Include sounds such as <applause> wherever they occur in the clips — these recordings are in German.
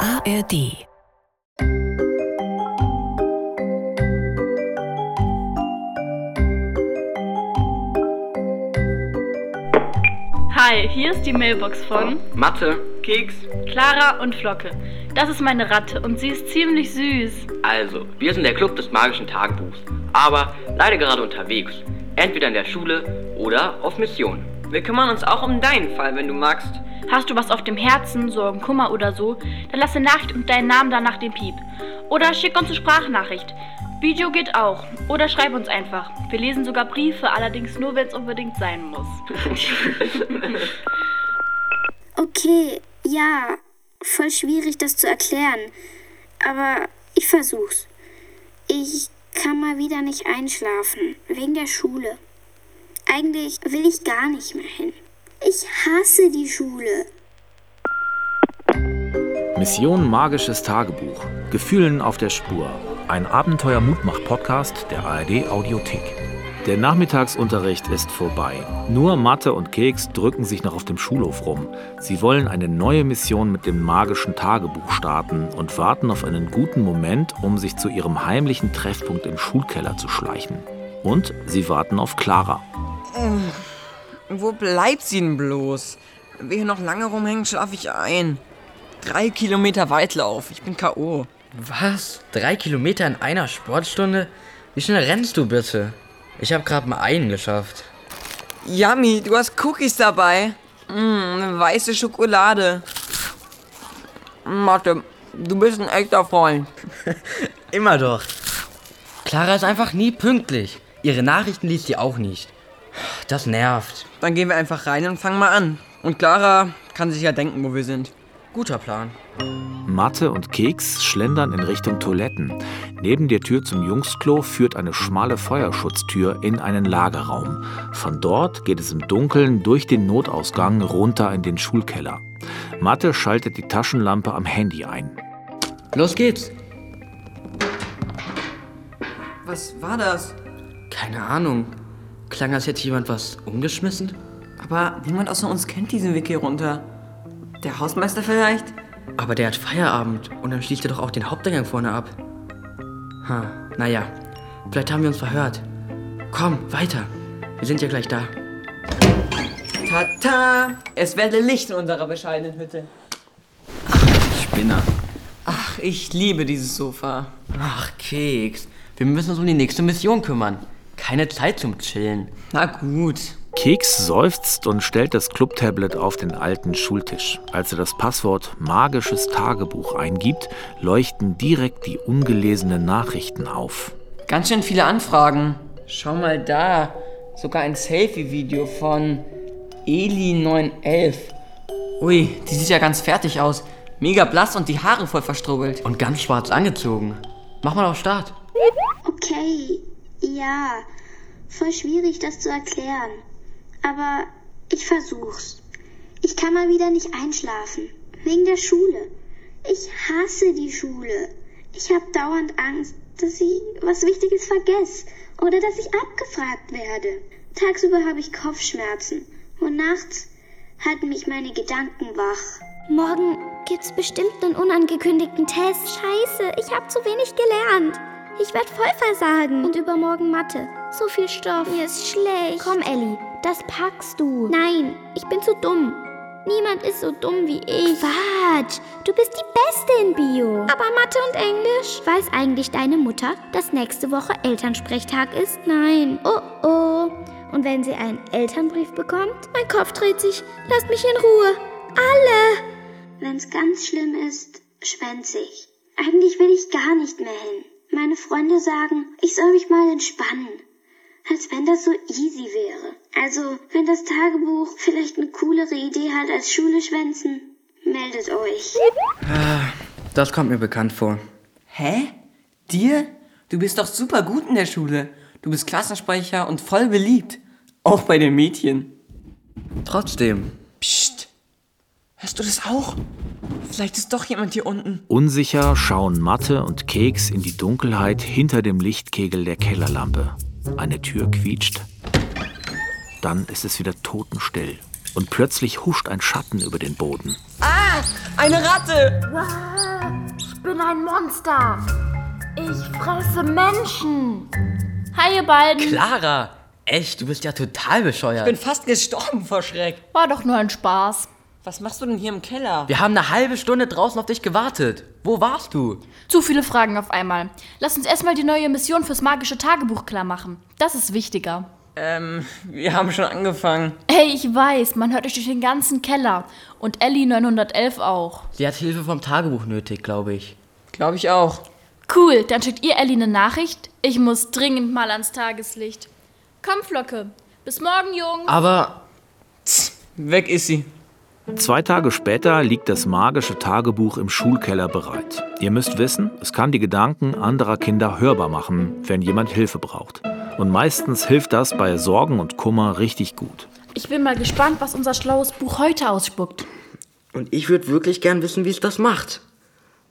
ARD. Hi, hier ist die Mailbox von Mathe. Keks. Clara und Flocke. Das ist meine Ratte und sie ist ziemlich süß. Also, wir sind der Club des magischen Tagebuchs, aber leider gerade unterwegs. Entweder in der Schule oder auf Mission. Wir kümmern uns auch um deinen Fall, wenn du magst. Hast du was auf dem Herzen, Sorgen, Kummer oder so, dann lass eine Nachricht und deinen Namen danach dem Piep. Oder schick uns eine Sprachnachricht. Video geht auch. Oder schreib uns einfach. Wir lesen sogar Briefe, allerdings nur, wenn es unbedingt sein muss. Okay, ja, voll schwierig, das zu erklären. Aber ich versuch's. Ich kann mal wieder nicht einschlafen, wegen der Schule. Eigentlich will ich gar nicht mehr hin. Ich hasse die Schule. Mission Magisches Tagebuch. Gefühlen auf der Spur. Ein Abenteuer-Mutmach-Podcast der ARD Audiothek. Der Nachmittagsunterricht ist vorbei. Nur Mathe und Keks drücken sich noch auf dem Schulhof rum. Sie wollen eine neue Mission mit dem magischen Tagebuch starten und warten auf einen guten Moment, um sich zu ihrem heimlichen Treffpunkt im Schulkeller zu schleichen. Und sie warten auf Clara. Wo bleibt sie denn bloß? Wenn wir hier noch lange rumhängen, schlafe ich ein. Drei Kilometer Weitlauf. Ich bin K.O. Was? Drei Kilometer in einer Sportstunde? Wie schnell rennst du bitte? Ich habe gerade mal einen geschafft. Yummy, du hast Cookies dabei. Mm, weiße Schokolade. Mathe, du bist ein echter Freund. Immer doch. Clara ist einfach nie pünktlich. Ihre Nachrichten liest sie auch nicht. Das nervt. Dann gehen wir einfach rein und fangen mal an. Und Clara kann sich ja denken, wo wir sind. Guter Plan. Mathe und Keks schlendern in Richtung Toiletten. Neben der Tür zum Jungsklo führt eine schmale Feuerschutztür in einen Lagerraum. Von dort geht es im Dunkeln durch den Notausgang runter in den Schulkeller. Mathe schaltet die Taschenlampe am Handy ein. Los geht's. Was war das? Keine Ahnung. Klang, als hätte jemand was umgeschmissen? Aber niemand außer uns kennt diesen Weg hier runter. Der Hausmeister vielleicht? Aber der hat Feierabend und dann schließt er doch auch den Haupteingang vorne ab. Ha, naja. Vielleicht haben wir uns verhört. Komm, weiter. Wir sind ja gleich da. Tata! Es werde Licht in unserer bescheidenen Hütte. Spinner. Ach, ich liebe dieses Sofa. Ach, Keks. Wir müssen uns um die nächste Mission kümmern. Keine Zeit zum Chillen. Na gut. Keks seufzt und stellt das Clubtablet auf den alten Schultisch. Als er das Passwort magisches Tagebuch eingibt, leuchten direkt die ungelesenen Nachrichten auf. Ganz schön viele Anfragen. Schau mal da. Sogar ein Selfie-Video von Eli911. Ui, die sieht ja ganz fertig aus. Mega blass und die Haare voll verstrubbelt. Und ganz schwarz angezogen. Mach mal auf Start. Okay, ja, voll schwierig, das zu erklären. Aber ich versuch's. Ich kann mal wieder nicht einschlafen. Wegen der Schule. Ich hasse die Schule. Ich habe dauernd Angst, dass ich was Wichtiges vergesse oder dass ich abgefragt werde. Tagsüber habe ich Kopfschmerzen und nachts halten mich meine Gedanken wach. Morgen gibt's bestimmt einen unangekündigten Test. Scheiße, ich hab zu wenig gelernt. Ich werd voll versagen. Und übermorgen Mathe. So viel Stoff. Mir ist schlecht. Komm, Elli, das packst du. Nein, ich bin zu dumm. Niemand ist so dumm wie ich. Quatsch, du bist die Beste in Bio. Aber Mathe und Englisch? Weiß eigentlich deine Mutter, dass nächste Woche Elternsprechtag ist? Nein. Oh oh. Und wenn sie einen Elternbrief bekommt? Mein Kopf dreht sich. Lasst mich in Ruhe. Alle. Wenn's ganz schlimm ist, schwänze ich. Eigentlich will ich gar nicht mehr hin. Meine Freunde sagen, ich soll mich mal entspannen. Als wenn das so easy wäre. Also, wenn das Tagebuch vielleicht eine coolere Idee hat als Schule schwänzen, meldet euch. Das kommt mir bekannt vor. Hä? Dir? Du bist doch super gut in der Schule. Du bist Klassensprecher und voll beliebt. Auch bei den Mädchen. Trotzdem. Psst. Hörst du das auch? Vielleicht ist doch jemand hier unten. Unsicher schauen Mathe und Keks in die Dunkelheit hinter dem Lichtkegel der Kellerlampe. Eine Tür quietscht. Dann ist es wieder totenstill. und plötzlich huscht ein Schatten über den Boden. Ah, Eine Ratte! Ich bin ein Monster. Ich fresse Menschen. Hi, ihr beiden. Lara, echt, du bist ja total bescheuert. Bin fast gestorben vor Schreck. War doch nur ein Spaß. Was machst du denn hier im Keller? Wir haben eine halbe Stunde draußen auf dich gewartet. Wo warst du? Zu viele Fragen auf einmal. Lass uns erstmal die neue Mission fürs magische Tagebuch klar machen. Das ist wichtiger. Ähm, wir haben schon angefangen. Hey, ich weiß, man hört euch durch den ganzen Keller. Und Ellie 911 auch. Sie hat Hilfe vom Tagebuch nötig, glaube ich. Glaube ich auch. Cool, dann schickt ihr Ellie eine Nachricht. Ich muss dringend mal ans Tageslicht. Komm, Flocke. Bis morgen, Jungen. Aber Weg ist sie. Zwei Tage später liegt das magische Tagebuch im Schulkeller bereit. Ihr müsst wissen, es kann die Gedanken anderer Kinder hörbar machen, wenn jemand Hilfe braucht. Und meistens hilft das bei Sorgen und Kummer richtig gut. Ich bin mal gespannt, was unser schlaues Buch heute ausspuckt. Und ich würde wirklich gern wissen, wie es das macht.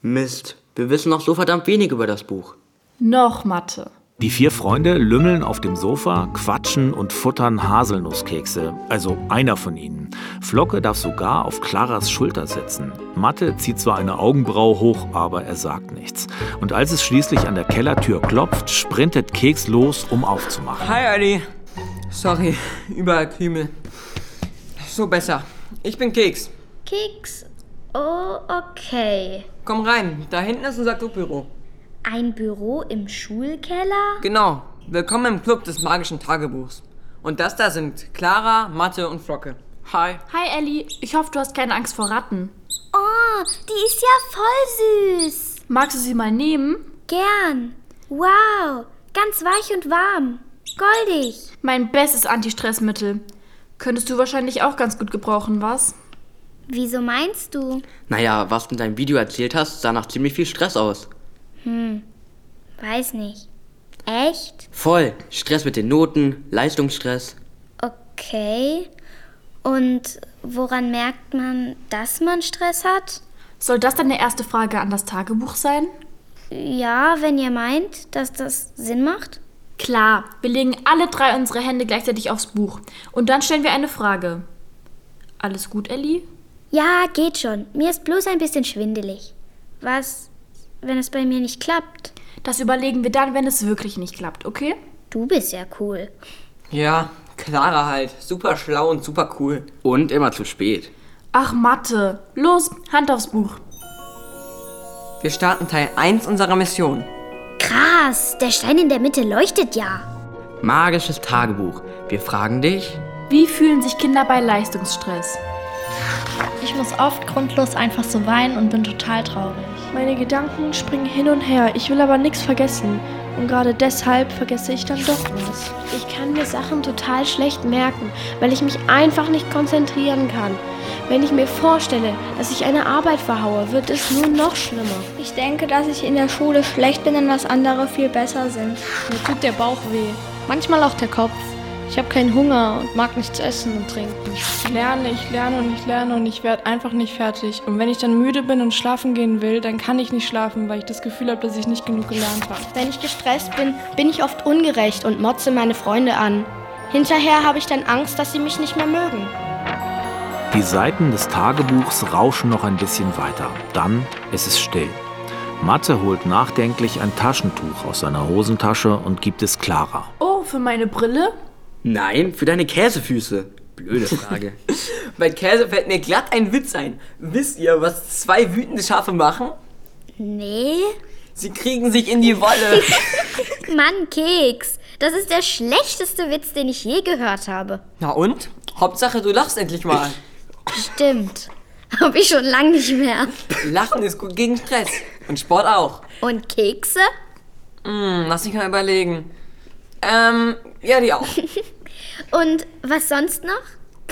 Mist, wir wissen noch so verdammt wenig über das Buch. Noch Mathe. Die vier Freunde lümmeln auf dem Sofa, quatschen und futtern Haselnusskekse. Also einer von ihnen. Flocke darf sogar auf Claras Schulter sitzen. Matte zieht zwar eine Augenbraue hoch, aber er sagt nichts. Und als es schließlich an der Kellertür klopft, sprintet Keks los, um aufzumachen. Hi, Adi. Sorry, <laughs> überall Krümel. So besser. Ich bin Keks. Keks. Oh, okay. Komm rein, da hinten ist unser Clubbüro. Ein Büro im Schulkeller? Genau, willkommen im Club des magischen Tagebuchs. Und das da sind Clara, Mathe und Flocke. Hi. Hi, Ellie. Ich hoffe, du hast keine Angst vor Ratten. Oh, die ist ja voll süß. Magst du sie mal nehmen? Gern. Wow, ganz weich und warm. Goldig. Mein bestes Antistressmittel. Könntest du wahrscheinlich auch ganz gut gebrauchen, was? Wieso meinst du? naja, was du in deinem Video erzählt hast, sah nach ziemlich viel Stress aus. Weiß nicht. Echt? Voll. Stress mit den Noten, Leistungsstress. Okay. Und woran merkt man, dass man Stress hat? Soll das deine erste Frage an das Tagebuch sein? Ja, wenn ihr meint, dass das Sinn macht. Klar, wir legen alle drei unsere Hände gleichzeitig aufs Buch. Und dann stellen wir eine Frage. Alles gut, Ellie? Ja, geht schon. Mir ist bloß ein bisschen schwindelig. Was, wenn es bei mir nicht klappt? Das überlegen wir dann, wenn es wirklich nicht klappt, okay? Du bist ja cool. Ja, Clara halt. Super schlau und super cool. Und immer zu spät. Ach, Mathe. Los, Hand aufs Buch. Wir starten Teil 1 unserer Mission. Krass, der Stein in der Mitte leuchtet ja. Magisches Tagebuch. Wir fragen dich. Wie fühlen sich Kinder bei Leistungsstress? Ich muss oft grundlos einfach so weinen und bin total traurig. Meine Gedanken springen hin und her. Ich will aber nichts vergessen. Und gerade deshalb vergesse ich dann doch was. Ich kann mir Sachen total schlecht merken, weil ich mich einfach nicht konzentrieren kann. Wenn ich mir vorstelle, dass ich eine Arbeit verhaue, wird es nur noch schlimmer. Ich denke, dass ich in der Schule schlecht bin und dass andere viel besser sind. Mir tut der Bauch weh. Manchmal auch der Kopf. Ich habe keinen Hunger und mag nichts essen und trinken. Ich lerne, ich lerne und ich lerne und ich werde einfach nicht fertig. Und wenn ich dann müde bin und schlafen gehen will, dann kann ich nicht schlafen, weil ich das Gefühl habe, dass ich nicht genug gelernt habe. Wenn ich gestresst bin, bin ich oft ungerecht und motze meine Freunde an. Hinterher habe ich dann Angst, dass sie mich nicht mehr mögen. Die Seiten des Tagebuchs rauschen noch ein bisschen weiter. Dann ist es still. Mathe holt nachdenklich ein Taschentuch aus seiner Hosentasche und gibt es Clara. Oh, für meine Brille? Nein, für deine Käsefüße. Blöde Frage. <laughs> Bei Käse fällt mir glatt ein Witz ein. Wisst ihr, was zwei wütende Schafe machen? Nee. Sie kriegen sich in die <laughs> Wolle. Mann, Keks, das ist der schlechteste Witz, den ich je gehört habe. Na und? Hauptsache, du lachst endlich mal. Stimmt. Hab ich schon lange nicht mehr. Lachen ist gut gegen Stress. Und Sport auch. Und Kekse? Hm, lass mich mal überlegen. Ähm, ja, die auch. Und was sonst noch?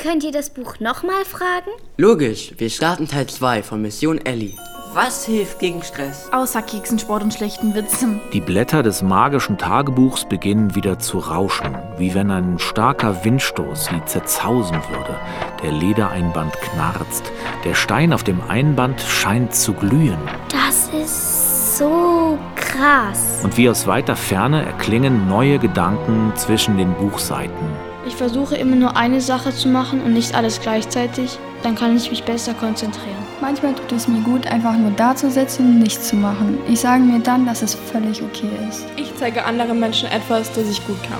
Könnt ihr das Buch nochmal fragen? Logisch, wir starten Teil 2 von Mission Ellie. Was hilft gegen Stress? Außer Keksen, Sport und schlechten Witzen. Die Blätter des magischen Tagebuchs beginnen wieder zu rauschen, wie wenn ein starker Windstoß sie zerzausen würde. Der Ledereinband knarzt. Der Stein auf dem Einband scheint zu glühen. Das ist so krass. Und wie aus weiter Ferne erklingen neue Gedanken zwischen den Buchseiten. Ich versuche immer nur eine Sache zu machen und nicht alles gleichzeitig, dann kann ich mich besser konzentrieren. Manchmal tut es mir gut, einfach nur dazusitzen und nichts zu machen. Ich sage mir dann, dass es völlig okay ist. Ich zeige anderen Menschen etwas, das ich gut kann.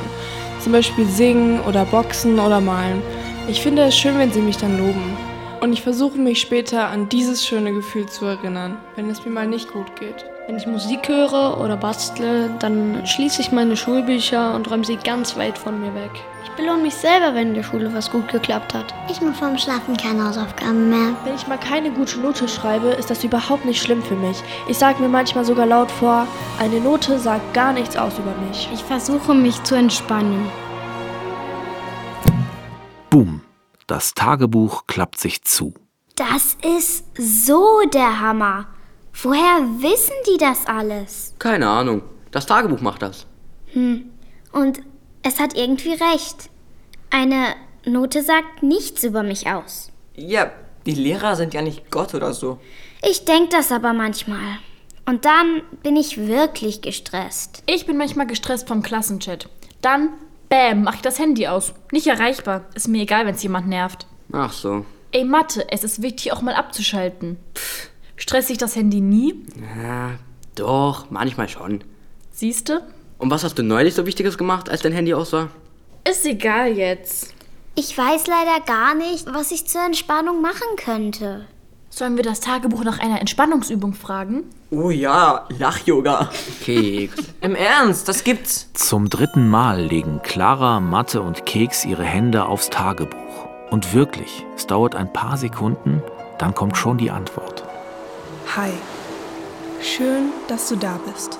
Zum Beispiel singen oder boxen oder malen. Ich finde es schön, wenn sie mich dann loben. Und ich versuche mich später an dieses schöne Gefühl zu erinnern, wenn es mir mal nicht gut geht. Wenn ich Musik höre oder bastle, dann schließe ich meine Schulbücher und räume sie ganz weit von mir weg. Ich belohne mich selber, wenn in der Schule was gut geklappt hat. Ich mache vorm Schlafen keine Hausaufgaben mehr. Wenn ich mal keine gute Note schreibe, ist das überhaupt nicht schlimm für mich. Ich sage mir manchmal sogar laut vor, eine Note sagt gar nichts aus über mich. Ich versuche mich zu entspannen. Boom. Das Tagebuch klappt sich zu. Das ist so der Hammer. Woher wissen die das alles? Keine Ahnung. Das Tagebuch macht das. Hm. Und es hat irgendwie recht. Eine Note sagt nichts über mich aus. Ja, die Lehrer sind ja nicht Gott oder so. Ich denke das aber manchmal. Und dann bin ich wirklich gestresst. Ich bin manchmal gestresst vom Klassenchat. Dann, bäm, mach ich das Handy aus. Nicht erreichbar. Ist mir egal, wenn es jemand nervt. Ach so. Ey, Mathe, es ist wichtig, auch mal abzuschalten. Stress ich das Handy nie? Ja, doch, manchmal schon. Siehste? Und was hast du neulich so Wichtiges gemacht, als dein Handy aus war? Ist egal jetzt. Ich weiß leider gar nicht, was ich zur Entspannung machen könnte. Sollen wir das Tagebuch nach einer Entspannungsübung fragen? Oh ja, Lach-Yoga. Keks. Im Ernst, das gibt's. Zum dritten Mal legen Clara, Mathe und Keks ihre Hände aufs Tagebuch. Und wirklich, es dauert ein paar Sekunden, dann kommt schon die Antwort. Hi. Schön, dass du da bist.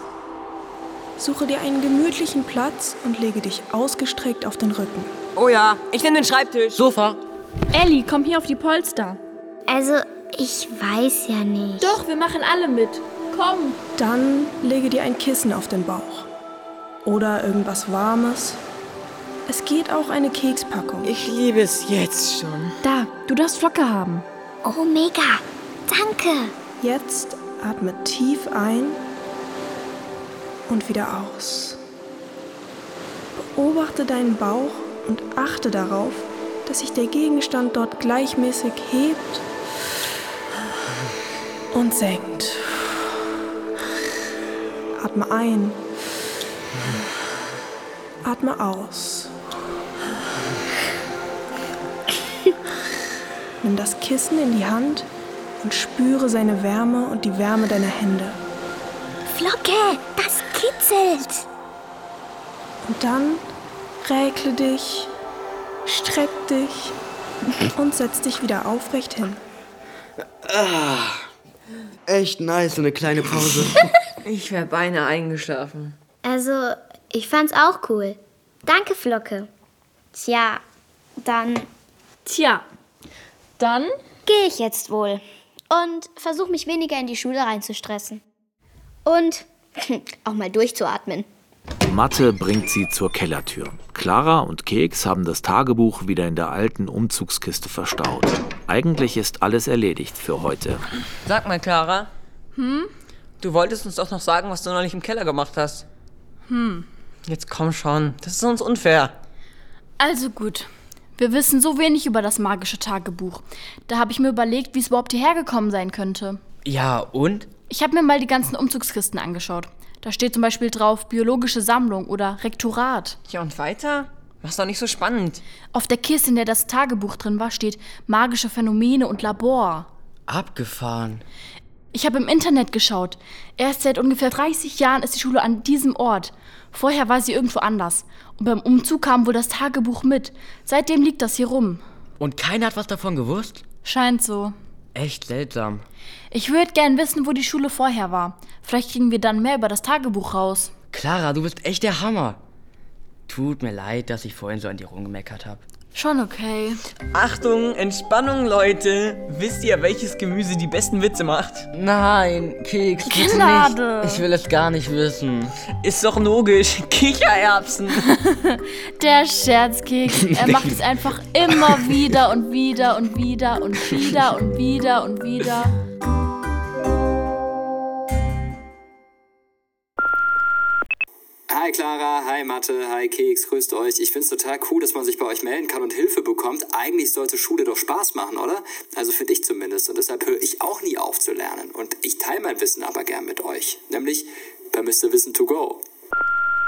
Suche dir einen gemütlichen Platz und lege dich ausgestreckt auf den Rücken. Oh ja, ich nehme den Schreibtisch. Sofa. Ellie, komm hier auf die Polster. Also, ich weiß ja nicht. Doch, wir machen alle mit. Komm. Dann lege dir ein Kissen auf den Bauch. Oder irgendwas Warmes. Es geht auch eine Kekspackung. Ich liebe es jetzt schon. Da, du darfst Flocke haben. Oh, mega. Danke. Jetzt atme tief ein und wieder aus. Beobachte deinen Bauch und achte darauf, dass sich der Gegenstand dort gleichmäßig hebt und senkt. Atme ein. Atme aus. Nimm das Kissen in die Hand und spüre seine Wärme und die Wärme deiner Hände. Flocke, das kitzelt. Und dann räkle dich, streck dich und setz dich wieder aufrecht hin. Ah, echt nice, so eine kleine Pause. <laughs> ich wäre beinahe eingeschlafen. Also, ich fand's auch cool. Danke, Flocke. Tja, dann. Tja, dann gehe ich jetzt wohl und versuche mich weniger in die Schule reinzustressen. Und <clears throat> auch mal durchzuatmen. Mathe bringt sie zur Kellertür. Clara und Keks haben das Tagebuch wieder in der alten Umzugskiste verstaut. Eigentlich ist alles erledigt für heute. Sag mal, Clara. Hm? Du wolltest uns doch noch sagen, was du neulich im Keller gemacht hast. Hm. Jetzt komm schon, das ist uns unfair. Also gut, wir wissen so wenig über das magische Tagebuch. Da habe ich mir überlegt, wie es überhaupt hierher gekommen sein könnte. Ja, und? Ich habe mir mal die ganzen Umzugskisten angeschaut. Da steht zum Beispiel drauf biologische Sammlung oder Rektorat. Ja, und weiter? Mach's doch nicht so spannend. Auf der Kiste, in der das Tagebuch drin war, steht magische Phänomene und Labor. Abgefahren. Ich habe im Internet geschaut. Erst seit ungefähr 30 Jahren ist die Schule an diesem Ort. Vorher war sie irgendwo anders. Und beim Umzug kam wohl das Tagebuch mit. Seitdem liegt das hier rum. Und keiner hat was davon gewusst? Scheint so. Echt seltsam. Ich würde gern wissen, wo die Schule vorher war. Vielleicht kriegen wir dann mehr über das Tagebuch raus. Clara, du bist echt der Hammer. Tut mir leid, dass ich vorhin so an dir rumgemeckert habe. Schon okay. Achtung, Entspannung, Leute. Wisst ihr, welches Gemüse die besten Witze macht? Nein, Keks. bitte Gnade. Nicht. Ich will es gar nicht wissen. Ist doch logisch. <laughs> Kichererbsen. Der Scherzkeks. Er macht es einfach immer wieder und wieder und wieder und wieder und wieder und wieder. Hi, Hi Clara, hi Mathe, hi Keks, grüßt euch. Ich find's total cool, dass man sich bei euch melden kann und Hilfe bekommt. Eigentlich sollte Schule doch Spaß machen, oder? Also finde ich zumindest. Und deshalb höre ich auch nie auf zu lernen. Und ich teile mein Wissen aber gern mit euch. Nämlich bei Mr. Wissen to go.